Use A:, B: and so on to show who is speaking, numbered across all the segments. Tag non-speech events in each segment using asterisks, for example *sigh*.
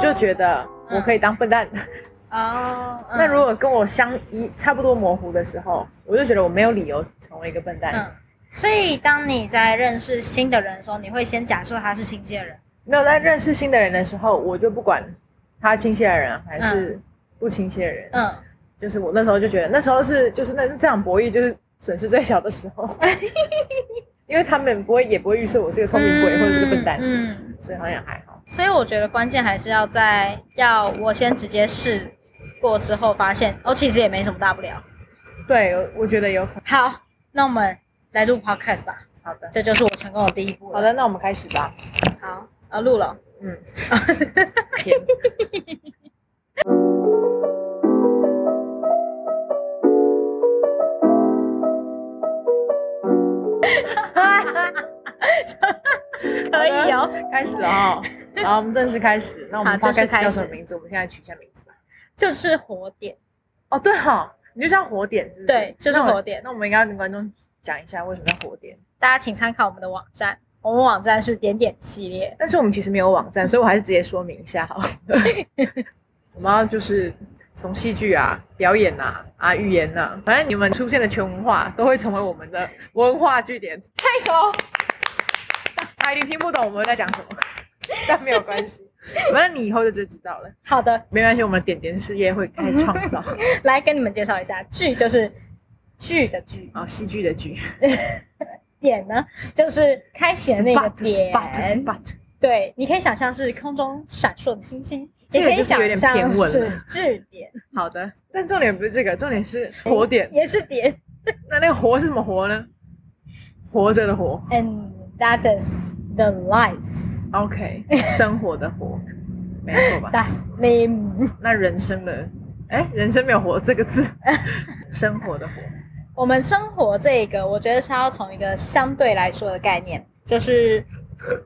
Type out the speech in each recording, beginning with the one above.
A: 就觉得
B: 嗯
A: 我可以当笨蛋。
B: 哦，嗯
A: *laughs* 那如果跟我相一差不多模糊的时候，我就觉得我没有理由成为一个笨蛋。
B: 嗯，所以当你在认识新的人的时候，你会先假设他是亲戚的人。
A: 没有在认识新的人的时候，我就不管他亲戚的人啊还是不亲戚的人，
B: 嗯，
A: 就是我那时候就觉得，那时候是就是那这场博弈就是损失最小的时
B: *laughs*
A: 候，因为他们不会也不会预设我是个聪明鬼或者是个笨蛋，
B: 嗯。嗯
A: 所以好像也还好。
B: 所以我觉得关键还是要在要我先直接试过之后发现哦，其实也没什么大不了。
A: 对，我我觉得有可能。
B: 好，那我们来录 podcast 吧，
A: 好的，
B: 这就是我成功的第一步了。
A: 好，的，那我们开始吧。
B: 好，啊，录
A: *laughs*
B: 了。
A: 嗯，
B: 可以哦，
A: 开始了哦。好，我们正式开
B: *laughs*
A: 始。那我们
B: 好正式
A: podcast
B: 开始
A: 叫什么名字？我们现在取一下名字吧。
B: 就是火点。
A: 哦，对哈、你就叫火点，是不是？
B: 对就是
A: 那我
B: 火点
A: 那我们应该要跟观众讲一下为什么叫火点。
B: 大家请参考我们的网站，我们网站是点点系列。
A: 但是我们其实没有网站，所以我还是直接说明一下
B: *laughs*
A: 好了。我们要就是从戏剧啊、表演啊、啊语言啊，反正你们出现的全文化都会成为我们的文化据点。
B: 开手。
A: 他一定听不懂我们在讲什么， *laughs* 但没有
B: *laughs*
A: 关系，反正你以后就就知道了。
B: 好的，
A: 没关系，我们的点点事业会开始创
B: *laughs*
A: 造
B: 来跟你们介绍一下，剧就是剧的剧，
A: 啊，戏剧的剧
B: 点呢就是开启的那个
A: Spot,
B: 点。
A: spot, spot
B: 对，你可以想象是空中闪烁的星星，
A: 这
B: 也
A: 个
B: 可以
A: 就是有
B: 想
A: 点偏
B: 象
A: 文
B: 是
A: 了
B: 质点，
A: 好的，但重点不是这个，重点是活点。
B: 也是点。
A: 那那个活是什么活呢？活着的活
B: And that is the life.
A: *laughs* ，OK，生活的活，没错 *laughs* 吧？
B: That's name.
A: 那人生的，哎，人生没有“活”这个 *laughs* 字，生活的“活
B: 我们生活这个，我觉得是要从一个相对来说的概念，就是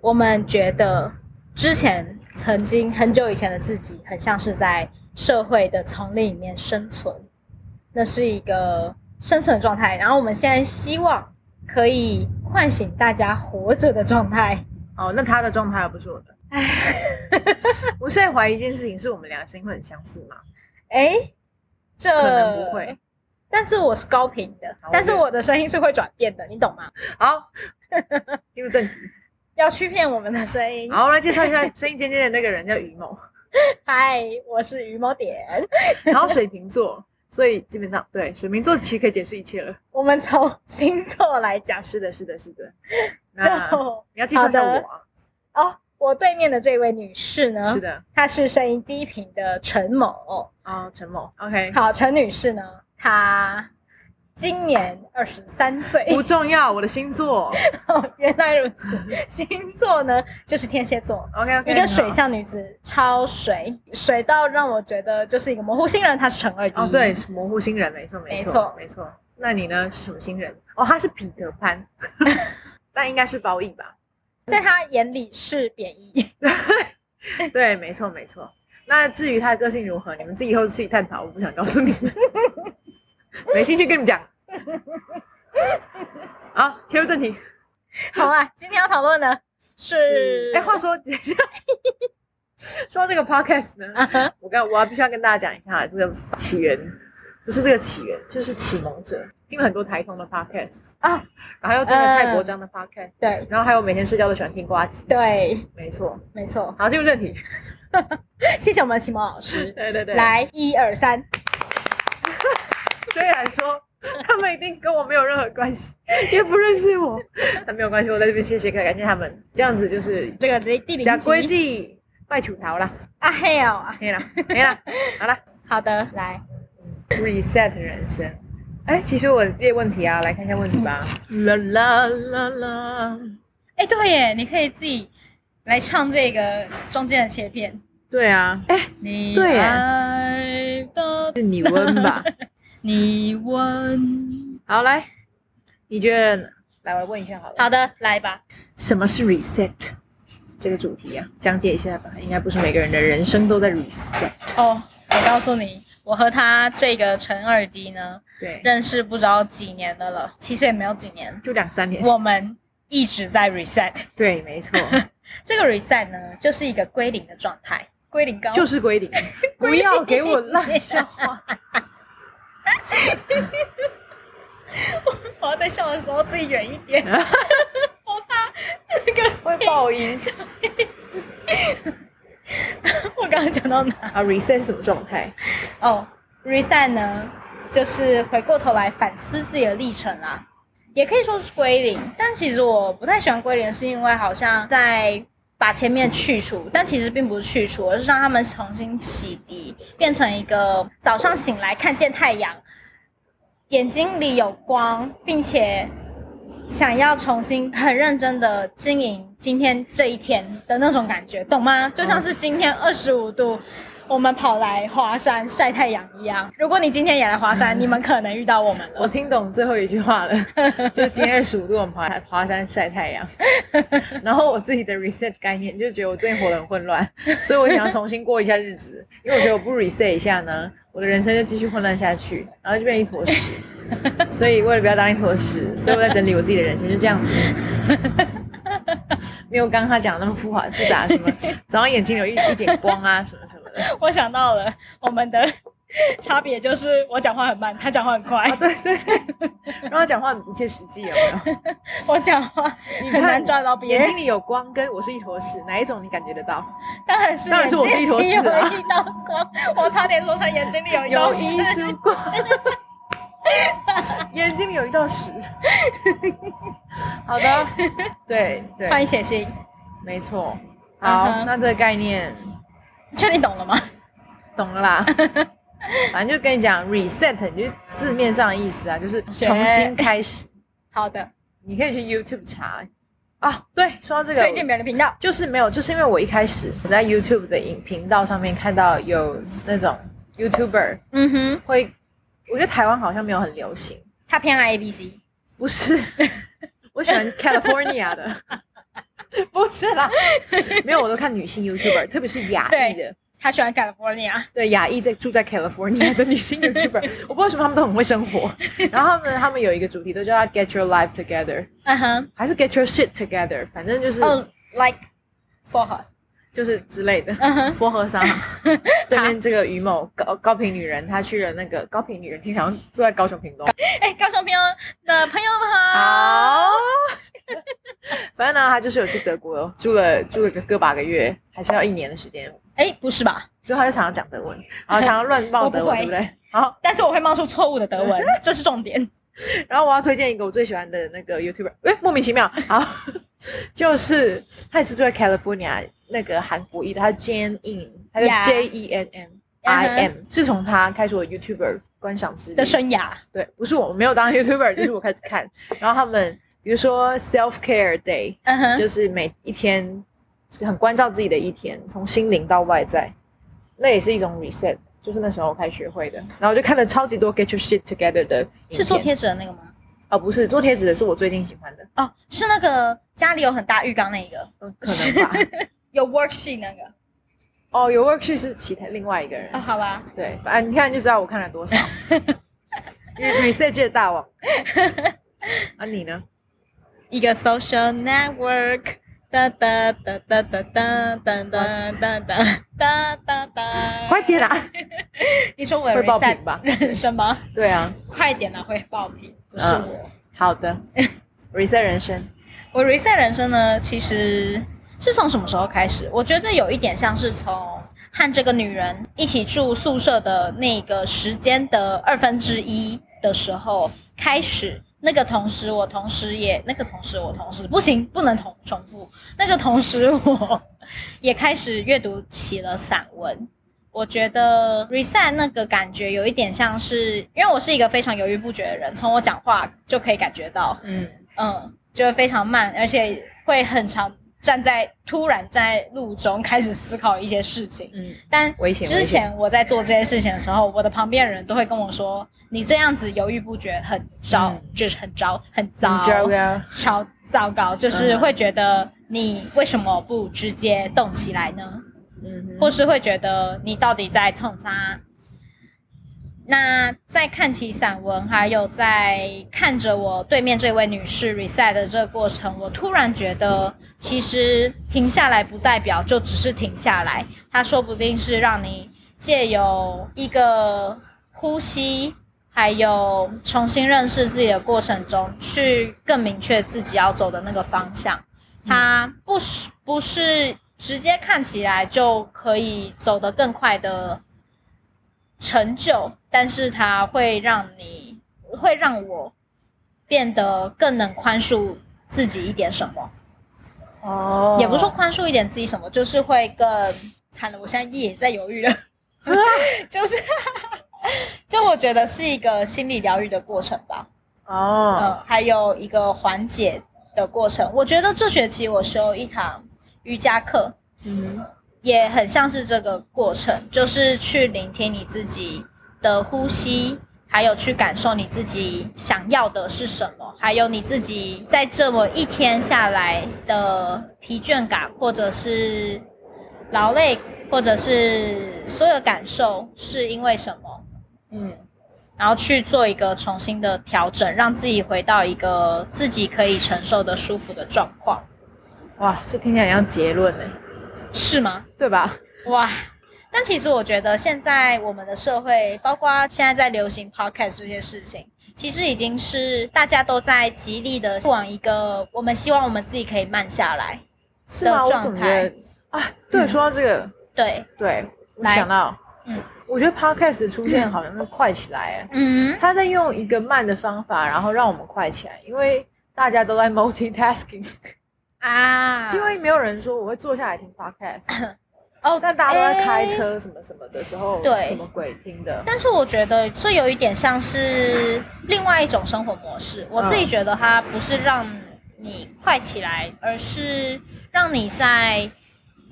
B: 我们觉得之前曾经很久以前的自己，很像是在社会的丛林里面生存，那是一个生存状态。然后我们现在希望可以唤醒大家活着的状态。”。
A: 哦，那他的状态还不是我 *laughs* 的。我现在怀疑一件事情，是我们两个声音会很相似吗？
B: 哎，这
A: 可能不会。。
B: 但是我是高频的
A: 好，
B: 但是
A: 我觉得
B: 我的声音是会转变的，你懂吗？
A: *laughs* 好，进入正题。
B: 要欺骗我们的声音。
A: 好，我来介绍一下声音尖尖的那个人叫于某，
B: 嗨，我是于某点。 *laughs*
A: 然后水瓶座，所以基本上对水瓶座其实可以解释一切了。
B: 我们从星座来讲，
A: 啊是的，是的，是
B: *laughs*
A: 的。那
B: 就
A: 你要介绍一下我啊？
B: 哦，我对面的这位女士呢
A: 是，的，
B: 她是声音低频的陈某。
A: 啊，陈某，OK，
B: 好，陈女士呢，她今年二十三岁。
A: 不重要，我的星座
B: 原来如此，星座呢就是天蝎座。
A: ，OK
B: *laughs*
A: OK，
B: 一个水象女子，超水，水到让我觉得就是一个模糊新人，她是乘二一。
A: 哦，对，，是模糊星人，没错，没
B: 没
A: 错
B: 错，
A: 没错。那你呢？是什么星人？哦，他是彼得
B: *laughs*
A: 潘，那应该是褒义吧？
B: 在她眼里是贬义。 *laughs*
A: 对，没错，没错。那至于他的个性如何，你们自己以后自己探讨，我不想告诉你们， *laughs* 没兴趣跟
B: *laughs*
A: 你们讲。好，切入正题。
B: 好啊，今天要讨论的是，
A: 哎，话说，等 *laughs* 一下说到这个 podcast 呢，
B: 啊哈
A: 我刚我要必须要跟大家讲一下这个起源，不是这个起源，就是启蒙者，听了很多台通的 podcast
B: 啊，
A: 然后又听了蔡国章的 podcast，、
B: 对
A: 然后还有每天睡觉都喜欢听瓜子，
B: 对，
A: 没错。
B: 没错。
A: 好，进入正题。
B: 谢谢我们的启蒙老师。
A: 对对对，，
B: 来，一二三，
A: 虽然说他们一定跟我没有任何关系，也不认识我，但没有关系，我在这边谢谢，感谢他们。这样子就是
B: 这个第第
A: 假
B: 零
A: 规
B: 集。
A: 矩，拜求桃啦，
B: 啊嘿哦，啊
A: 可以啦，可以啦，好啦
B: 好的，来，
A: ，reset 人生。哎，其实我列问题啊，来看一下问题吧。啦啦啦啦，
B: 哎，对耶，你可以自己来唱这个中间的切片。
A: 对啊，哎，
B: 你
A: 对耶
B: 爱的，
A: 是你温 *laughs* 吧？
B: 你问。
A: 好，来，你觉得？来，我问一下好了。
B: 好的，来吧。
A: 什么是 reset 这个主题啊，讲解一下吧。应该不是每个人的人生都在 reset。
B: 哦，我告诉你，我和他这个陈二迪呢，
A: 对，
B: 认识不知道几年的了，其实也没有几年，
A: 就两三年。
B: 我们一直在 reset。
A: *laughs* 对，没错。
B: 这个 reset 呢，就是一个归零的状态。龟苓膏
A: 就是归零，不要给我烂笑话。
B: 我要在笑的时候自己远一点，我怕那个
A: *laughs* 会爆音
B: 我刚刚讲到哪？
A: 啊！reset 什么状态？
B: 哦、r e s e t 呢，就是回过头来反思自己的历程啦，也可以说是归零。但其实我不太喜欢归零，是因为好像在把前面去除，但其实并不是去除，而是让他们重新洗涤，变成一个早上醒来看见太阳，眼睛里有光，并且想要重新很认真的经营今天这一天的那种感觉，懂吗？就像是今天二十五度。我们跑来华山晒太阳一样。如果你今天也来华山，你们可能遇到我们了。
A: 我听懂最后一句话了， *laughs* 就是今天二十五度，我们爬爬山晒太阳。 *laughs* 然后我自己的 reset 概念就觉得我最近活得很混乱， *laughs* 所以我想要重新过一下日子，因为我觉得我不 reset 一下呢，我的人生就继续混乱下去，然后就变一坨 *laughs* 屎。所以为了不要当一坨屎，所以我在整理我自己的人生，就这样 *laughs* 子。没有刚刚他讲的那么复杂复杂，什 *laughs* 么早上眼睛有一一点光啊，什么什么的。
B: *laughs* 我想到了，我们的 *laughs* 差别就是我讲话很慢，他讲话很快。
A: 啊，对对对， *laughs* 然后他讲话很不切实际，有没有？
B: 我讲话
A: 你
B: 很
A: 看
B: 难抓到别
A: 眼
B: 人
A: 睛，里有光，跟我是一坨屎，哪一种你感觉得到？
B: 当然是
A: 当然是我是一坨
B: 眼睛
A: 屎啊
B: 里有一道光，我差点说成眼睛里有一道
A: 有
B: 屎
A: 一。束 *laughs* 光，眼睛里有一道屎。 *laughs* 好的，对
B: 欢
A: 对，
B: 迎写信，
A: 没错。
B: 嗯
A: 好，
B: 哼
A: 那这个概念
B: 你确定懂了吗？
A: 懂了 *laughs* 啦。反正就跟你讲，reset 你就是字面上的意思啊，就是
B: 学
A: 重新开始。
B: 好的，
A: 你可以去 YouTube 查啊。对，说到这个，
B: 推荐别人的频道。
A: 就是没有，就是因为我一开始我在 YouTube 的影频道上面看到有那种 YouTuber
B: 嗯哼，
A: 会，我觉得台湾好像没有很流行，
B: 他偏爱 A B C。
A: 不 *laughs* 是，我喜欢 California 的， *laughs* 不是啦，没有，我都看女性 YouTuber，特别是亚裔的，
B: 他喜欢 California，
A: 对，亚裔在住在 California 的女性 YouTuber，我不知道 *laughs* 为什么他们都很会生 *laughs* 活，然后他们他们有一个主题都叫 Get Your Life Together，
B: 嗯哼，
A: 还是 Get Your Shit Together，反正就是、
B: 哦，like for her，
A: 就是之类的。
B: 嗯 *laughs* 哼，
A: 佛和尚， *laughs* 对面这个于某高高频女人，她去了那个高频女人，听起来好像住在高雄屏东。
B: 哎，高雄朋友的朋友们好。
A: 好， *laughs* 反正呢，她就是有去德国住了住了个个把个月，还是要一年的时间，
B: 哎，不是吧？
A: 所以她就常常讲德文，然后常常乱报德文，
B: 我不
A: 对
B: 会
A: 不对？好，
B: 但是我会冒出错误的德文， *laughs* 这是重点。
A: 然后我要推荐一个我最喜欢的那个 YouTuber，哎，莫名其妙，好， *laughs* 就是她也是住在 California 那个韩国裔的，她 Jan In，她叫
B: Yeah
A: J E N N。I M 是从她开始我 YouTuber 观赏之旅
B: 的生涯，
A: 对，不是我没有当 *laughs* YouTuber，就是我开始看。然后他们比如说 Self Care Day，
B: 嗯哼，
A: 就是每一天很关照自己的一天，从心灵到外在，那也是一种 reset。就是那时候我开始学会的，然后我就看了超级多 Get Your Shit Together 的影
B: 是做
A: 片
B: 贴纸的那个吗？
A: 哦，不是做贴纸的是我最近喜欢的，
B: 哦，是那个家里有很大浴缸那个，
A: 嗯，可能
B: *laughs*
A: 吧。
B: 有 worksheet 那个。
A: 哦，有 worksheet 是其他另外一个人
B: 哦，，好吧，
A: 对，反正你看就知道我看了
B: *laughs*
A: 多少。re- reset 界的大王，啊，你呢？
B: 一个 social network。哒哒哒哒哒哒哒哒哒哒哒哒哒！
A: 快点！啊！
B: 你说我的
A: 会爆
B: reset
A: 屏吧
B: 人生吗？
A: 对啊，
B: *laughs* 快点啊，会爆屏，不是
A: 嗯
B: 我。
A: 好的 *laughs* ，reset 人生。
B: 我 reset 人生呢，其实是从什么时候开始？我觉得有一点像是从和这个女人一起住宿舍的那个时间的二分之一的时候开始。那个同时，我同时也那个同时，我同时不行，不能重重复。那个同时，我也开始阅读起了散文。我觉得 reset 那个感觉有一点像是，因为我是一个非常犹豫不决的人，从我讲话就可以感觉到，
A: 嗯，
B: 嗯，就会非常慢，而且会很常站在突然站在路中开始思考一些事情。
A: 嗯，
B: 但
A: 危险危
B: 之
A: 险
B: 前我在做这些事情的时候，我的旁边人都会跟我说：“你这样子犹豫不决，很糟，
A: 嗯
B: 就是很糟，很糟，
A: 糟糕，
B: 超糟糕。”就是
A: 嗯
B: 会觉得你为什么不直接动起来呢？
A: 嗯哼，
B: 或是会觉得你到底在冲啥？那在看起散文，还有在看着我对面这位女士 reset 的这个过程，我突然觉得，其实停下来不代表就只是停下来，它说不定是让你借由一个呼吸，还有重新认识自己的过程中，去更明确自己要走的那个方向。它不是不是直接看起来就可以走得更快的成就，但是它会让你会让我变得更能宽恕自己一点什么，
A: 哦
B: 也不是说宽恕一点自己什么，就是会更惨了。我现在也在犹豫了， *laughs* 就是就我觉得是一个心理疗愈的过程吧。
A: 哦，
B: 嗯，还有一个缓解的过程。我觉得这学期我修一堂瑜伽课，
A: 嗯，
B: 也很像是这个过程，就是去聆听你自己的呼吸，还有去感受你自己想要的是什么，还有你自己在这么一天下来的疲倦感，或者是劳累，或者是所有感受是因为什么。
A: 嗯，
B: 然后去做一个重新的调整，让自己回到一个自己可以承受的舒服的状况，
A: 哇，这听起来很像结论呢，
B: 是吗？
A: 对吧？
B: 哇！但其实我觉得现在我们的社会，包括现在在流行 podcast 这些事情，其实已经是大家都在极力的往一个我们希望我们自己可以慢下来，
A: 是吗？
B: 的
A: 我
B: 状
A: 总觉
B: 态
A: 得，哎，对，
B: 嗯
A: 说到这个，
B: 对，
A: 对，我
B: 来
A: 想到，
B: 嗯，
A: 我觉得 podcast 的出现
B: 嗯
A: 好像是快起来，哎，
B: 嗯，
A: 他在用一个慢的方法，然后让我们快起来，因为大家都在 *laughs* multitasking，
B: 啊，
A: 因为没有人说我会坐下来听 podcast，
B: 哦，
A: 但大家都在开
B: 哎
A: 车什么什么的时候，
B: 对
A: 什么鬼听的，
B: 但是我觉得这有一点像是另外一种生活模
A: 嗯
B: 式。我自己觉得它不是让你快起来，而是让你在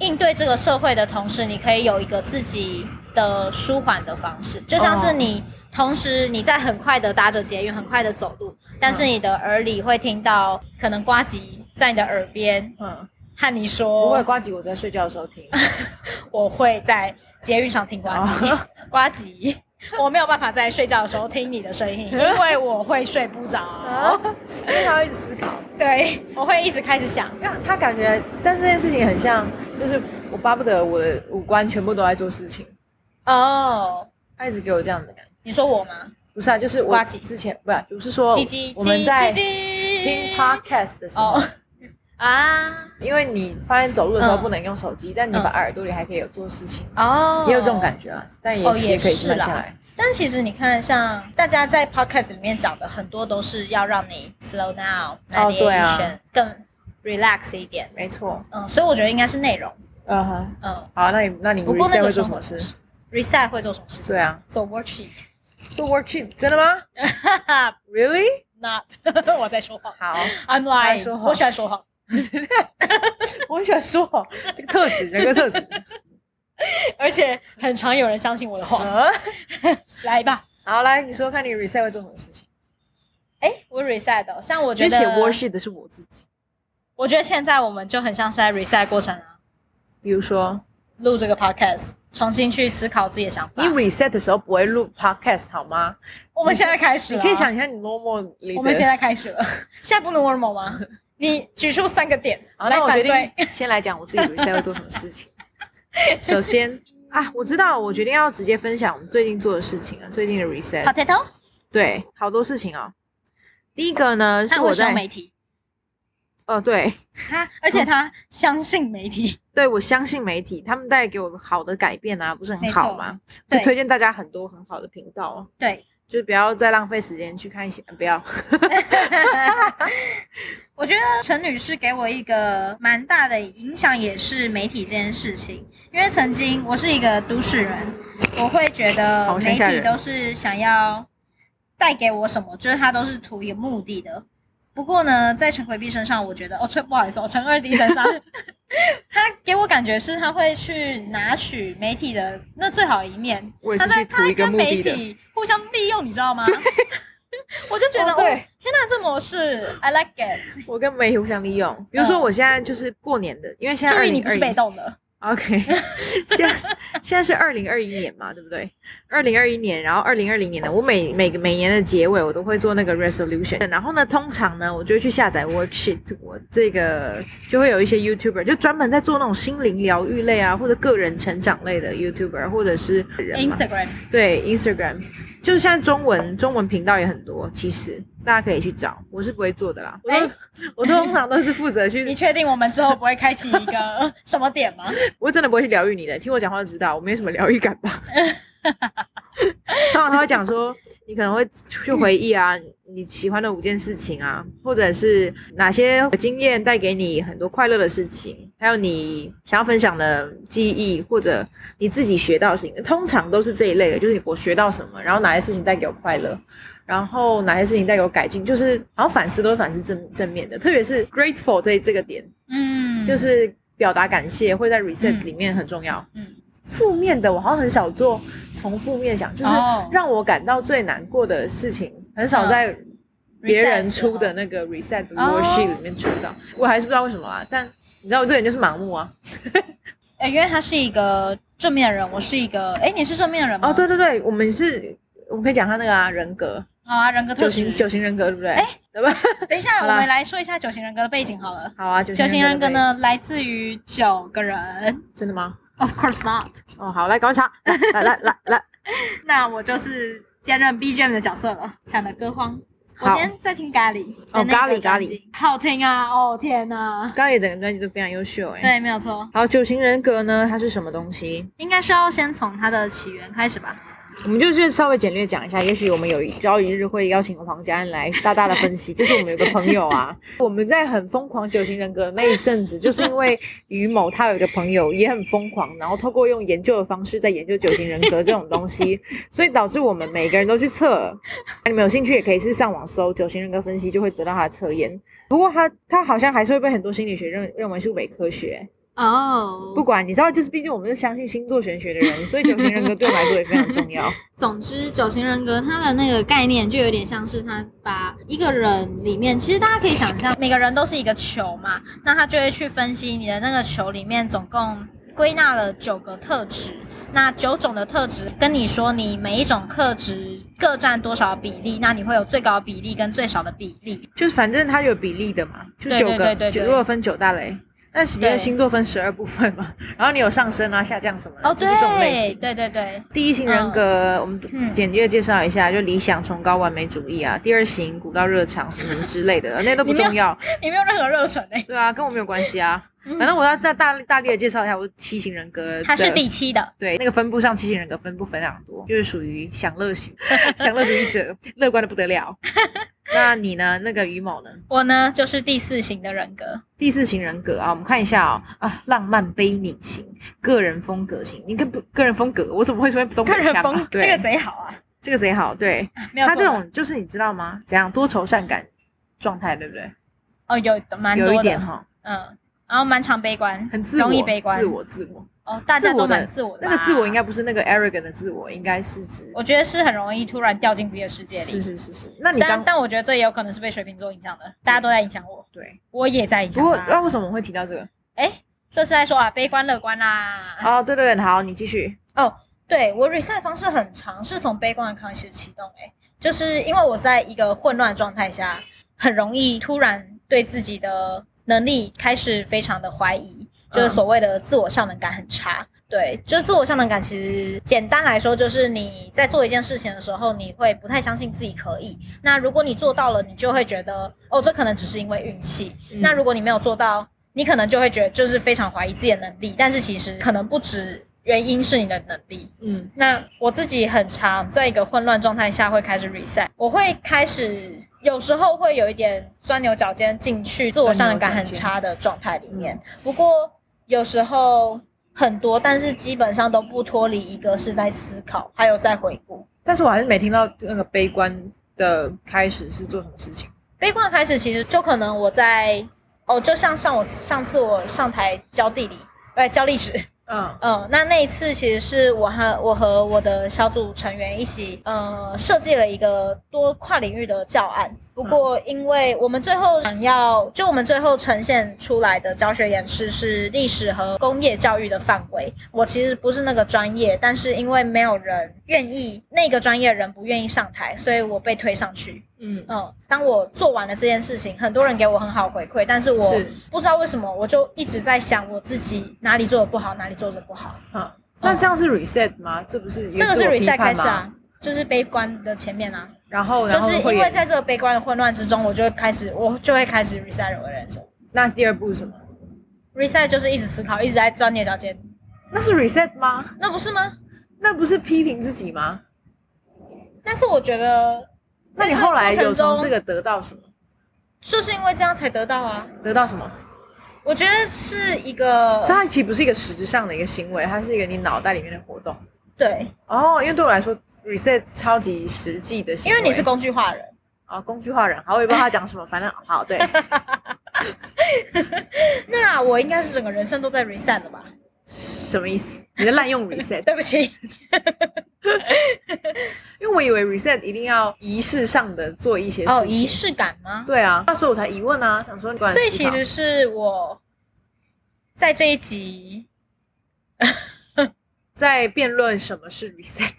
B: 应对这个社会的同时，你可以有一个自己的舒缓的方式。就像是你同时你在很快的搭着捷运，很快的走路，但是你的耳里会听到可能瓜吉在你的耳边
A: 嗯，
B: 和你
A: 不会，
B: 说
A: 瓜吉我在睡觉的时候 *laughs* 听，：“
B: 我会在捷运上听瓜吉。” *laughs* 瓜吉，我没有办法在睡觉的时候听你的声音，因为我会睡不着。
A: 啊，因为他会一直思考。
B: 对，我会一直开始想，
A: 那他感觉，但这件事情很像，就是我巴不得我的五官全部都在做事情，
B: 哦，
A: 他一直给我这样的感觉。
B: 你说我吗？
A: 不是啊，就是我
B: 瓜吉
A: 之前不是，我是说
B: 叽叽
A: 我们
B: 叽
A: 在
B: 叽
A: 听
B: 叽，
A: podcast 的时候
B: 哦，啊，
A: 因为你发现走路的时候
B: 嗯
A: 不能用手机，但你
B: 嗯
A: 把耳朵里还可以有做事情，
B: 哦，
A: 也有这种感觉啊。但也
B: 哦
A: 是
B: 也
A: 可以
B: 是
A: 慢下
B: 啦
A: 来，
B: 但其实你看，像大家在 podcast 里面讲的很多都是要让你 slow down，
A: 哦对啊
B: meditation，更 relax 一点。
A: 没错。
B: 嗯，所以我觉得应该是内容。
A: 嗯哼，
B: 嗯
A: 好，那你那你
B: 不过
A: reset
B: 那个
A: 会
B: 时
A: 做
B: 候
A: 什么事？
B: ，reset 会做什么事情？
A: 对啊，
B: 做 worksheet。
A: 做 worksheet 真的吗
B: 哈哈，
A: ？Really？
B: not *laughs* 我在说谎
A: 好，
B: ，I'm
A: 在
B: lying，
A: 说谎
B: 我喜欢说谎。
A: *laughs* 我很喜欢说谎这个特质，人格特质。
B: 而且很常有人相信我的谎。
A: 嗯，
B: *laughs* 来吧，
A: 好，来你说看你 reset 会做什么事情？
B: 哎，我 reset，哦像我
A: 我
B: 觉得
A: 写 worksheet 的是我自己，
B: 我觉得现在我们就很像是在 reset 过程啊，
A: 比如说
B: 录这个 podcast，重新去思考自己的想法
A: 你。reset 的时候不会录 podcast 好吗？
B: 我们现在开始，
A: 你可以，想一下你 normal 里的。
B: 我们现在开始了，现在不 normal 吗？你举出三个点
A: 好，
B: 来
A: 那我
B: 反
A: 决
B: 对。
A: 定先来讲我自己 reset 会做什么事情。首先
B: *laughs*
A: 啊，我知道，我决定要直接分享我们最近做的事情啊，最近的 reset，
B: potato，
A: 对，好多事情哦。第一个呢是
B: 他
A: 我
B: 会说
A: 在
B: 媒体，
A: 呃，对
B: 他而且他相信媒体，
A: 对，我相信媒体，他们带给我好的改变啊，不是很
B: 没
A: 好
B: 错
A: 吗？我
B: 对
A: 推荐大家很多很好的频道哦，
B: 对。
A: 就是不要再浪费时间去看一些，呃不要
B: 我觉得陈女士给我一个蛮大的影响，也是媒体这件事情。因为曾经我是一个都市人，我会觉得
A: 好乡
B: 媒
A: 下
B: 体
A: 人
B: 都是想要带给我什么，就是它都是图一个目的的。不过呢，在陈奎碧身上，我觉得哦，陈不好意思哦，陈二弟身
A: *laughs*
B: 上，他给我感觉是他会去拿取媒体的那最好的一面，
A: 我也
B: 他
A: 是
B: 在
A: 去
B: 他
A: 图
B: 在
A: 一个
B: 跟
A: 目
B: 媒
A: 的的。
B: 体互相利用，你知道吗？ *laughs* 我就觉得
A: 哦
B: 哦
A: 对
B: 天哪，这模式 I like it。
A: 我跟媒体互相利用，比如说
B: 嗯
A: 我现在就是过年的，因为现在
B: 注
A: 二
B: 意你
A: 零
B: 不
A: 二
B: 是
A: 一
B: 被动的，
A: OK，现 *laughs* 在现在是二零二一年嘛，对不对？二零二一年，然后二零二零年呢，我每每个每年的结尾，我都会做那个 resolution。然后呢，通常呢，我就会去下载 worksheet，我这个就会有一些 YouTuber 就专门在做那种心灵疗愈类啊，或者个人成长类的 YouTuber，或者是人嘛，
B: Instagram
A: 对 Instagram，就现在中文中文频道也很多，其实大家可以去找，我是不会做的啦。我都、
B: 哎
A: 我通常都是负责 *laughs* 去
B: 你确定我们之后不会开启一
A: *laughs*
B: 个什么点吗？
A: 我真的不会去疗愈你的，听我讲话就知道，我没什么疗愈感吧。通常他会讲说，你可能会去回忆啊，你喜欢的五件事情啊，或者是哪些经验带给你很多快乐的事情，还有你想要分享的记忆，或者你自己学到的事情，通常都是这一类的，就是我学到什么，然后哪些事情带给我快乐。然后哪些事情带给我改进，就是然后反思都是反思正正面的，特别是 grateful 这这个点，
B: 嗯，
A: 就是表达感谢会在 reset
B: 嗯
A: 里面很重要。
B: 嗯，
A: 负面的我好像很少做从负面想，就是
B: 哦
A: 让我感到最难过的事情，很少
B: 嗯
A: 在别
B: reset
A: 人
B: 时
A: 出的
B: 候
A: 那个 reset 的
B: 哦
A: worksheet 里面出到。我还是不知道为什么啊，但你知道我这个人就是盲目啊。
B: 哎，因为他是一个正面人，我是一个哎，你是正面人吗？
A: 哦，对，对对，我们是。我们可以讲他那个啊，人格
B: 好啊，人格
A: 九
B: 特
A: 型
B: 质。
A: 九型人格，对不对？哎，对吧？
B: 等一下，
A: 好
B: 我
A: 啦
B: 们来说一下九型人格的背景好了。
A: 好啊，九
B: 九型人格
A: 对不
B: 呢，来自于九个人
A: 对？真的吗？
B: ，Of course not。
A: 哦，好，来，赶快查，来来来来来， *laughs*
B: 那我就是兼任 BGM 的角色了，抢了歌荒。我
A: 好
B: 今天在听咖喱的那
A: 哦
B: 个
A: 咖喱咖喱
B: 专辑，好听啊！哦天哪，
A: 刚刚也整个专辑都非常优秀哎。
B: 对，没有错，
A: 好，九型人格呢，它是什么东西？
B: 应该是要先从它的起源开始吧。
A: 我们就是稍微简略讲一下，也许我们有一朝一日会邀请黄家安来大大的分析。就是我们有个朋友啊，我们在很疯狂九型人格的那一阵子，就是因为于某他有一个朋友也很疯狂，然后透过用研究的方式在研究九型人格这种东西，所以导致我们每个人都去测。你们有兴趣也可以是上网搜九型人格分析，就会得到他的测验。不过他他好像还是会被很多心理学认认为是伪科学。
B: 哦
A: 不管你知道，就是毕竟我们是相信星座玄学的人，所以九型人格对我们来说也非常重要。
B: 总之，九型人格它的那个概念就有点像是它把一个人里面，其实大家可以想象，每个人都是一个球嘛，那他就会去分析你的那个球里面总共归纳了九个特质，那九种的特质跟你说你每一种特质各占多少比例，那你会有最高比例跟最少的比例。
A: 就是反正它有比例的嘛，就
B: 对
A: 九
B: 对
A: 个，
B: 对对
A: 九
B: 对
A: 如果分九大类，那比如
B: 对
A: 星座分十二部分嘛，然后你有上升啊、下降什么的，
B: 哦，
A: 就
B: 对
A: 是这种类型。
B: 对对对，
A: 第一型人格，我们
B: 嗯
A: 简略介绍一下，就理想、崇高、完美主义啊。第二型古道热肠什么什么之类的，那都不
B: 你没有
A: 重要。
B: 你没有任何热忱哎、
A: 对啊，跟我没有关系啊。
B: 嗯
A: 反正我要再大大力的介绍一下，我七型人格的
B: 他是第七的，
A: 对，那个分布上七型人格分布非常多，就是属于享乐型、 *laughs* 享乐主义者，乐观的不
B: *laughs*
A: 得了。那你呢？那个于某呢？
B: 我呢就是第四型的人格。
A: 第四型人格啊，我们看一下哦，啊，浪漫悲悯型，个人风格型。你跟不个人风格，我怎么会说东
B: 个
A: 北
B: 人
A: 腔、啊？
B: 风
A: 对，
B: 这个贼好啊，
A: 这个贼好，对
B: 没有
A: 他
B: 错
A: 这
B: 的
A: 种就是你知道吗？怎样多愁善感状态，对不对？
B: 哦有蛮多
A: 有
B: 的
A: 一点哈，
B: 嗯，然后蛮常悲观，
A: 很自我，
B: 容易悲观，
A: 自我自我。
B: 哦，大家
A: 自我
B: 都
A: 的
B: 蛮自我的
A: 那
B: 吧，
A: 个自我应该不是那个 arrogant 的自我，应该是指
B: 我觉得是很容易突然掉进自己的世界
A: 是
B: 里。
A: 是是是。那你
B: 但
A: 刚
B: 但我觉得这也有可能是被水瓶座影响的，大家都在影响我，
A: 对，
B: 我也在影
A: 不
B: 响
A: 过哦那
B: 他。
A: 为什么我会提到这个？
B: 哎，这是在说啊，悲观乐观啦。
A: 哦，对对对，好，你继续。
B: 对我 reset 方式很长，是从悲观开始启动、欸。就是因为我在一个混乱的状态下，很容易突然对自己的能力开始非常的怀疑，就是所谓的自我效能感很差。对，就是自我效能感，其实简单来说，就是你在做一件事情的时候，你会不太相信自己可以。那如果你做到了，你就会觉得，哦，这可能只是因为运气。
A: 嗯
B: 那如果你没有做到，你可能就会觉得就是非常怀疑自己的能力，但是其实可能不止原因是你的能力。
A: 嗯，
B: 那我自己很常在一个混乱状态下会开始 reset，我会开始有时候会有一点钻牛角尖进去自我效能感很差的状态里面。不过有时候很多，但是基本上都不脱离一个是在思考，还有在回顾。
A: 但是我还是没听到那个悲观的开始是做什么事情。
B: 悲观开始其实就可能我在哦，就像上我上次我上台教地理，呃，教历史。
A: 嗯
B: 嗯，那那一次其实是我和我和我的小组成员一起，呃，设计了一个多跨领域的教案。不过，因为我们最后想要，就我们最后呈现出来的教学演示是历史和工业教育的范围。我其实不是那个专业，但是因为没有人愿意，那个专业人不愿意上台，所以我被推上去。
A: 嗯，
B: 嗯，当我做完了这件事情，很多人给我很好回馈，但是我
A: 是
B: 不知道为什么，我就一直在想我自己哪里做的不好，哪里做的不好。
A: 嗯，那这样是 reset 吗？这不是也
B: 这个
A: 自
B: 是
A: 我批
B: reset
A: 判
B: 开始
A: 吗
B: 啊，，就是悲观的前面啊，
A: 然后然
B: 就
A: 后
B: 是因
A: 会
B: 为
A: 演
B: 在这个悲观的混乱之中，我就会开始，我就会开始 reset 我的人生。
A: 那第二步是什么？
B: reset 就是一直思考，一直在钻牛角尖，
A: 那是 reset 吗？
B: 那不是吗？
A: 那不是批评自己吗？
B: 但是我觉得
A: 那你
B: 在这个
A: 后来
B: 过程
A: 有从
B: 中
A: 这个得到什么？
B: 就是因为这样才得到啊。
A: 得到什么？
B: 我觉得是一个
A: 所以它其实不是一个实质上的一个行为，它是一个你脑袋里面的活动。
B: 对，
A: 哦，因为对我来说，reset 超级实际的行
B: 因
A: 为，
B: 为你是工具化人，
A: 啊、工具化人，好，我也不知道他讲什
B: *laughs*
A: 么，反正好对，
B: 那我应该是整个人生都在 reset 了吧？
A: 什么意思？你在滥用
B: *laughs*
A: reset，
B: 对不起，
A: 因为我以为 reset 一定要仪式上的做一些事情，
B: 哦，仪，式感吗？
A: 对啊，那所以我才疑问啊，想说你管，
B: 所以其实是我在这一集
A: 在辩论什么是 reset，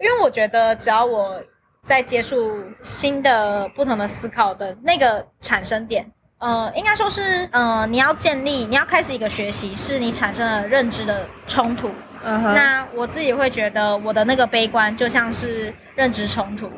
B: 因为我觉得只要我在接触新的、不同的思考的那个产生点，呃，应该说是，呃，你要建立，你要开始一个学习，是你产生了认知的冲突。
A: 嗯哼
B: 那我自己会觉得我的那个悲观就像是认知冲突，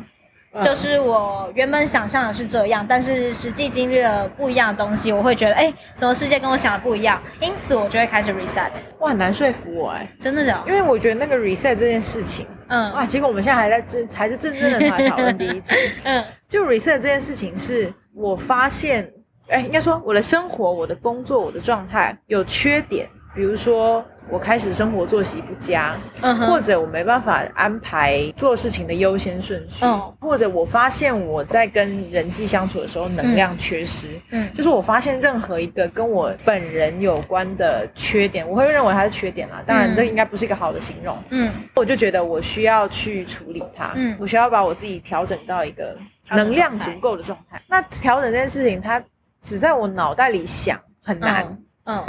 A: 嗯
B: 就是我原本想象的是这样，但是实际经历了不一样的东西，我会觉得，哎，怎么世界跟我想的不一样？因此我就会开始 reset。
A: 哇，很难说服我哎、
B: 真的假的
A: 因为我觉得那个 reset 这件事情，哇，
B: 嗯
A: 结果我们现在还在正，才是真正的来讨论第一题。
B: 嗯
A: 就 reset 这件事情，是我发现，哎，应该说我的生活、我的工作、我的状态有缺点，比如说我开始生活作息不佳，
B: 嗯哼，
A: 或者我没办法安排做事情的优先顺序，
B: 嗯
A: 或者我发现我在跟人际相处的时候能量缺失。
B: 嗯
A: 就是我发现任何一个跟我本人有关的缺点，我会认为它是缺点啦。当然，
B: 嗯
A: 这应该不是一个好的形容。
B: 嗯
A: 我就觉得我需要去处理它，
B: 嗯
A: 我需要把我自己调整到一个能量足够的状态。那调整这件事情，它只在我脑袋里想很难。
B: 嗯嗯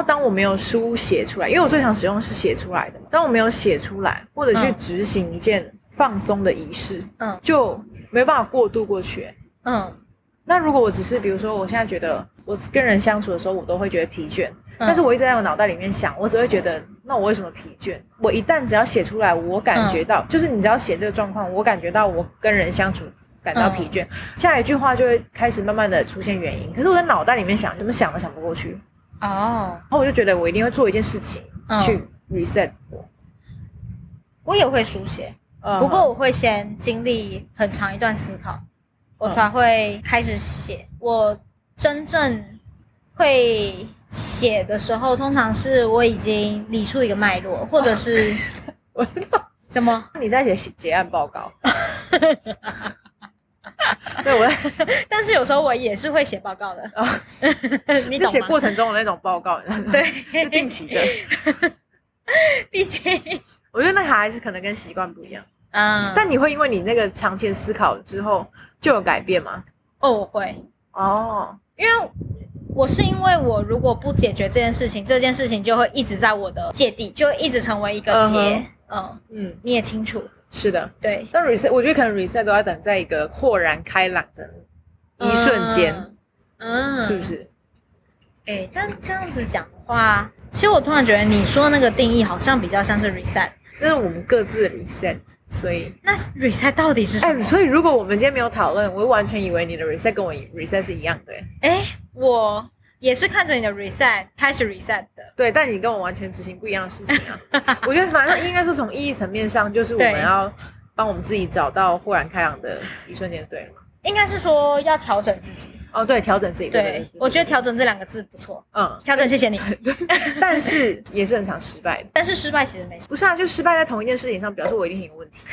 A: 当我没有书写出来，因为我最常使用是写出来的嘛。当我没有写出来，或者去
B: 嗯
A: 执行一件放松的仪式，
B: 嗯
A: 就没办法过渡过去、
B: 嗯。
A: 那如果我只是，比如说，我现在觉得我跟人相处的时候，我都会觉得疲倦，
B: 嗯
A: 但是我一直在我脑袋里面想，我只会觉得，那我为什么疲倦？我一旦只要写出来，我感觉
B: 嗯
A: 到，就是你只要写这个状况，我感觉到我跟人相处感到疲倦，
B: 嗯
A: 下一句话就会开始慢慢的出现原因。可是我在脑袋里面想，怎么想都想不过去，然
B: 哦，
A: 后我就觉得我一定会做一件事情、
B: 嗯
A: 去 reset 我。
B: 我也会书写，
A: 嗯
B: 不过我会先经历很长一段思考，我才会开始写。我真正会写的时候，通常是我已经理出一个脉络，或者 *laughs* 是
A: 我知道
B: 怎么
A: *laughs* 你在写结案报
B: *laughs*
A: 告，对我在
B: 但是有时候我也是会写报告的，
A: 哦
B: *laughs* 你
A: 就
B: 懂
A: 写
B: 吗？
A: 过程中的那种报告，
B: 对
A: *laughs* 就定期的。
B: *laughs* 毕竟，
A: 我觉得那个还是可能跟习惯不一样。
B: 嗯，
A: 但你会因为你那个长期的思考之后就有改变吗？
B: 哦，我会，
A: 哦，
B: 因为我是因为我如果不解决这件事情，这件事情就会一直在我的芥蒂，就会一直成为一个结。
A: 嗯
B: 嗯，
A: 嗯，
B: 你也清楚，
A: 是的。
B: 对，
A: 但 reset，我觉得可能 reset 都要等在一个豁然开朗的一瞬间，
B: 嗯，嗯
A: 是不？是？
B: 哎、但这样子讲的话，其实我突然觉得你说那个定义好像比较像是 reset。
A: 那是我们各自的 reset，所以，
B: 那 reset 到底是什
A: 哎、
B: 么？
A: 所以如果我们今天没有讨论，我完全以为你的 reset 跟我 reset 是一样的、哎
B: 哎、我也是看着你的 reset 开始 reset 的。
A: 对，但你跟我完全执行不一样的事情 *laughs* 啊！我觉得反正应该说从意义层面上，就是我们
B: 对
A: 要帮我们自己找到豁然开朗的一瞬间，对了嘛？
B: 应该是说要调整自己，
A: 哦，对，调整自己。
B: 对我觉得
A: 调
B: 调整这两个字不错，
A: 嗯，
B: 调整谢谢你。 *laughs*
A: 但是也是很常失败的。
B: 但是失败其实没什么，
A: 不是啊，就失败在同一件事情上，表示我一定很有问题。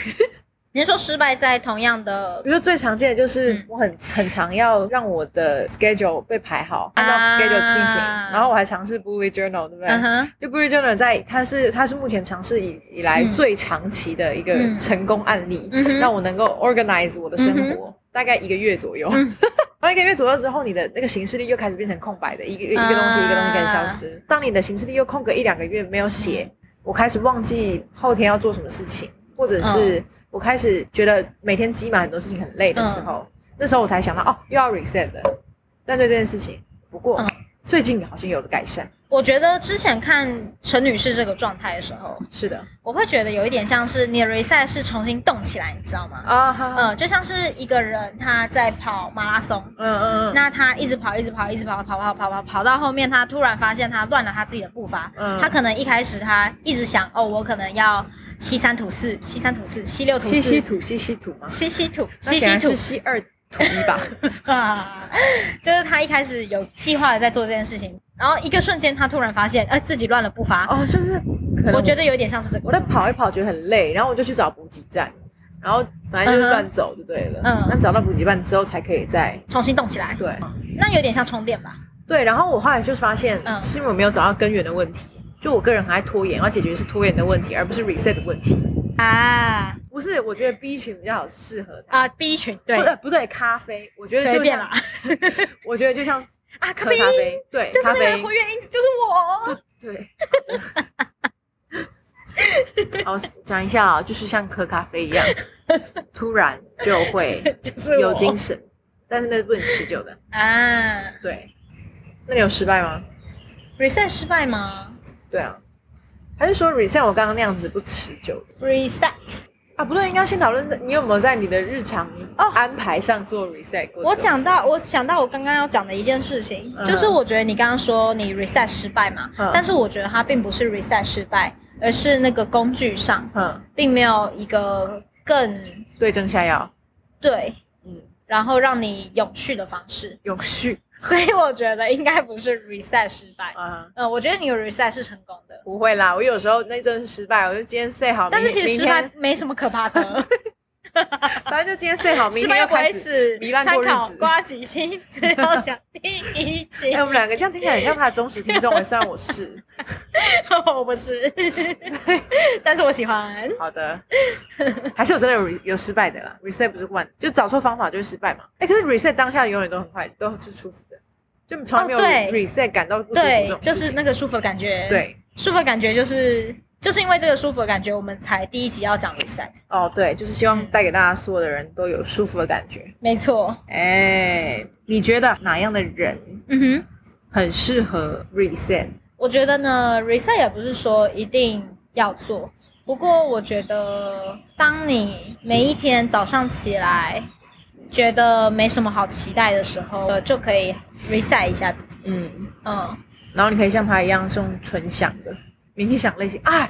B: 你是说失败在同样的
A: 比如说最常见的就是
B: 嗯
A: 我很很常要让我的 schedule 被排好，按照
B: 啊
A: schedule 进行，然后我还尝试 bullet journal，对不对？
B: 嗯哼
A: 就 bullet journal 在它是它是目前尝试以以来
B: 嗯
A: 最长期的一个
B: 嗯
A: 成功案例，
B: 嗯哼
A: 让我能够 organize 我的生
B: 嗯
A: 活，大概一个月左右。
B: 嗯
A: *laughs* 然后一个月左右之后，你的那个行事历又开始变成空白的，一个一
B: 啊
A: 个东西一个东西开始消失。当你的行事历又空个一两个月没有写，
B: 嗯
A: 我开始忘记后天要做什么事情，或者
B: 嗯
A: 是我开始觉得每天积满很多事情很累的时候，
B: 嗯
A: 那时候我才想到哦，又要 reset 了。但对这件事情，不过、
B: 嗯
A: 最近好像有了改善。
B: 我觉得之前看陈女士这个状态的时候，
A: 是的
B: 我会觉得有一点像是你的 reset 是重新动起来，你知道吗？
A: 啊，哈哈
B: 呃，就像是一个人他在跑马拉松，
A: 嗯嗯嗯，
B: 那他一直跑，一直跑，一直跑，跑跑跑跑跑到后面，他突然发现他乱了他自己的步伐。
A: 嗯
B: 他可能一开始他一直想，哦，我可能要西三吐四，西三吐四，西六吐四，
A: 西西土西西土吗？
B: 西西吐，
A: 那
B: 西
A: 显
B: 西
A: 然
B: 吐
A: 是，西二土一吧？
B: 啊， *laughs* 就是他一开始有计划的在做这件事情，然后一个瞬间他突然发现，哎、自己乱了步伐。
A: *laughs* 哦，就是可能
B: 我觉得有点像是这个，
A: 我在跑一跑觉得很累，然后我就去找补给站，然后反正就是
B: 嗯哼
A: 乱走就对了。
B: 嗯
A: 那找到补给站之后才可以再
B: 重新动起来。
A: 对
B: 那有点像充电吧？
A: 对。然后我后来就发现，
B: 嗯
A: 是因为我没有找到根源的问题。就我个人很爱拖延，要解决是拖延的问题，而不是 reset 的问题。
B: 啊
A: 不是，我觉得 B 群比较好适合它。
B: 啊，B 群对
A: 不，对，不对，咖啡，我觉得
B: 随
A: 就
B: 便
A: 像
B: 啦，
A: 我觉得就像喝
B: 啊，咖
A: 咖
B: 啡
A: 啡，对，
B: 就是
A: 咖
B: 那
A: 啡
B: 个，活跃因子，就是我。
A: *laughs* 对。好的，好讲一下啊，就是像喝咖啡一样，突然就会
B: *laughs* 就是我
A: 有精神，但是那是不能持久的。
B: 啊
A: 对，那你有失败吗？
B: ，reset 失败吗
A: 对啊，还是说 reset 我刚刚那样子不持久的
B: ？reset，
A: 啊？不对，应该先讨论在你有没有在你的日常
B: 哦
A: 安排上做 reset 过这种事情。
B: 我讲到我想到我刚刚要讲的一件事情，
A: 嗯
B: 就是我觉得你刚刚说你 reset 失败嘛，
A: 嗯
B: 但是我觉得它并不是 reset 失败，而是那个工具上
A: 嗯，
B: 并没有一个更
A: 对症下药，
B: 对，
A: 嗯，
B: 然后让你永续的方式，
A: 永续
B: 所以我觉得应该不是 reset 失败。
A: 啊。
B: 嗯，我觉得你有 reset 是成功的，
A: 不会啦，我有时候那真是失败，我就今天 say 好，
B: 但是
A: 明
B: 其实
A: 明
B: 失败
A: 天
B: 没什么可怕的，
A: 反正就今天 say 好，明
B: *laughs* 失
A: 天
B: 败
A: 又
B: 又不会
A: 开始。
B: 死
A: 糜。烂
B: 参
A: 过日子
B: 考瓜几星，只有讲第一集
A: *laughs* 哎、，我们两个这样听起来很像他的忠实听众，哎虽然我是
B: *laughs* 我不是， *laughs* 但是我喜欢。
A: 好的，还是有真的有 re- 有失败的啦。reset 不是万，就找错方法就会失败嘛。哎、可是 reset 当下永远都很快，都是舒服的，就从来没有
B: 哦对
A: reset 感到不舒服这
B: 对
A: 种，
B: 就
A: 事
B: 是
A: 情
B: 那个舒服的感觉。，
A: 对，
B: 舒服的感觉就是就是因为这个舒服的感觉，我们才第一集要讲 reset。
A: 哦对，就是希望带给大家所有的人都有舒服的感觉。
B: 没错，
A: 哎、你觉得哪样的人
B: 嗯哼，
A: 很适合 reset？
B: 我觉得呢，reset 也不是说一定要做，不过我觉得当你每一天早上起来。觉得没什么好期待的时候，呃，就可以 reset 一下自己。
A: 嗯，
B: 嗯，
A: 然后你可以像他一样是用纯想的冥想类型，哎，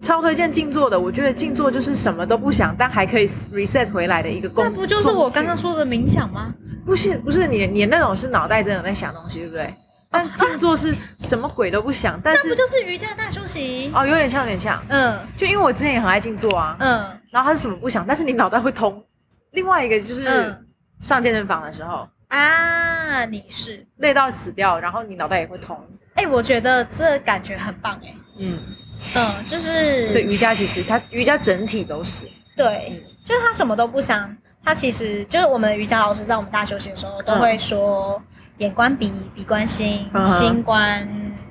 A: 超推荐静坐的。我觉得静坐就是什么都不想，但还可以 reset 回来的一个工。
B: 那不就是我
A: 工具
B: 刚刚说的冥想吗？
A: 不是不是你你那种是脑袋真的在想东西，对不对？但静坐是什么鬼都不想，但
B: 那不
A: 是
B: 就是瑜伽大休息？
A: 哦，有点像，有点像。
B: 嗯
A: 就因为我之前也很爱静坐啊，
B: 嗯
A: 然后它是什么不想，但是你脑袋会通。另外一个就是
B: 嗯
A: 上健身房的时候，
B: 啊，你是
A: 累到死掉，然后你脑袋也会通。
B: 哎、我觉得这感觉很棒哎、
A: 嗯，
B: 嗯，就
A: 所以
B: 是
A: 瑜伽嗯其实它瑜伽整体都是，
B: 对，就是他什么都不想，他其实就是我们的瑜伽老师在我们大休息的时候都会说，眼观鼻，鼻观心，
A: 嗯哼
B: 心观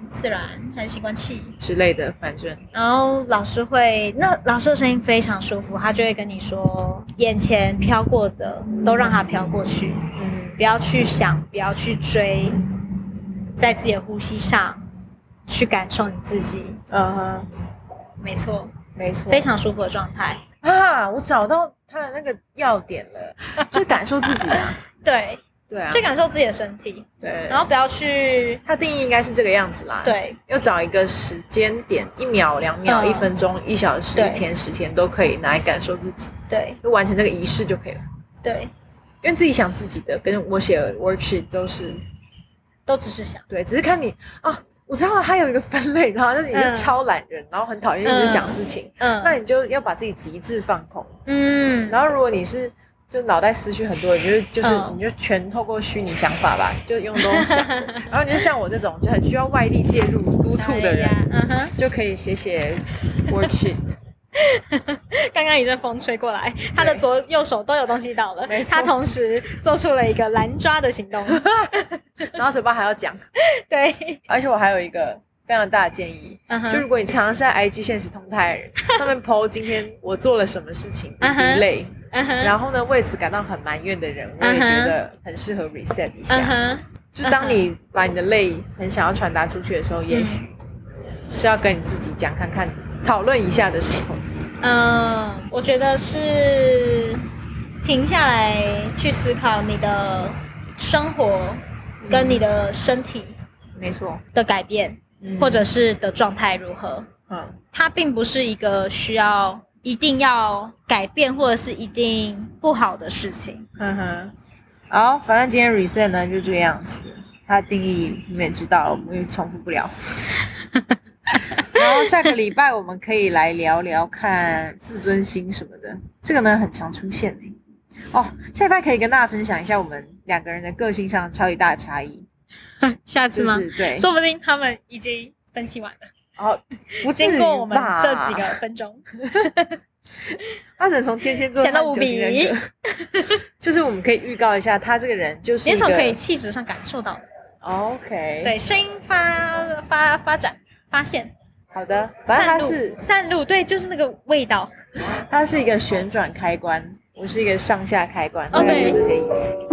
B: 自然还是心观气，
A: 之类的，反正
B: 然后老师会，那老师的声音非常舒服，他就会跟你说，眼前飘过的都让它飘过去，
A: 嗯
B: 不要去想，不要去追，在自己的呼吸上去感受你自己，
A: 呃，
B: 没错。
A: 没错，
B: 非常舒服的状态。
A: 啊，我找到它的那个要点
B: *laughs*
A: 了，就感受自己啊，
B: 对，
A: 对啊，
B: 去感受自己的身体，
A: 对，
B: 然后不要去
A: 它定义应该是这个样子啦，。
B: 对
A: 要找一个时间点，一秒、两秒、
B: 嗯
A: 一分钟、一小时、
B: 对
A: 一天、十天都可以拿来感受自己，
B: 对
A: 就完成这个仪式就可以了。
B: 对，
A: 因为自己想自己的，跟我写 worksheet 都是
B: 都只是想。
A: 对，只是看你啊，我知道还有一个分类，然后就是你是
B: 嗯
A: 超懒人，然后很讨厌一直想事情，
B: 嗯
A: 那你就要把自己极致放空。
B: 嗯，
A: 然后如果你是就脑袋思绪很多，你就是就是
B: 嗯
A: 你就全透过虚拟想法吧，就用东西想的。然后你就像我这种就很需要外力介入督促的人，，
B: 嗯哼，
A: 就可以写写 worksheet。 *laughs*
B: 刚刚一阵风吹过来，他的
A: 对
B: 左右手都有东西到了
A: 没，错
B: 他同时做出了一个拦抓的行 *laughs* 动，
A: 然后嘴巴还要讲。
B: 对，
A: 而且我还有一个非常大的建议，
B: 嗯
A: 就如果你常常是在 IG 现实动态上面 PO 今天我做了什么事情
B: 嗯哼
A: 一类，
B: 嗯哼，
A: 然后呢为此感到很埋怨的人，我也
B: 嗯哼
A: 觉得很适合 reset 一
B: 嗯
A: 下。
B: 哼，
A: 就是当你把你的累很想要传达出去的时候，也许是要跟你自己讲看看，讨论一下的时候。
B: 嗯，我觉得是停下来去思考你的生活跟你的身体
A: 没错，
B: 的改变，
A: 嗯
B: 或者是的状态如何，
A: 嗯
B: 它并不是一个需要一定要改变或者是一定不好的事情。
A: 哼嗯哼，好，反正今天 reset 呢就这个样子，它的定义你们也知道了，我们也重复不了。然后下个礼拜我们可以来聊聊看自尊心什么的，这个呢很常出现欸哦，下礼拜可以跟大家分享一下我们两个人的个性上超级大的差异，
B: *laughs* 下
A: 就
B: 次吗？
A: 是对，
B: 说不定他们已经分析完了，
A: 哦，不至于
B: 经过我们
A: 吧
B: 这几个，分钟，
A: 阿成从天蝎座
B: 显得
A: 看
B: 无
A: 九型人
B: 比
A: 格，就是我们可以预告一下，他这个人就是
B: 你
A: 一
B: 从
A: 个
B: 可以气质上感受到的，
A: OK，，
B: 对声音发发发展发现，
A: 好的，反
B: 散
A: 正他
B: 露
A: 是
B: 散露，对，就是那个味道。
A: 它是一个旋转开关，我是一个上下开关，
B: 哦
A: 大
B: 对哎
A: 概就这些意思。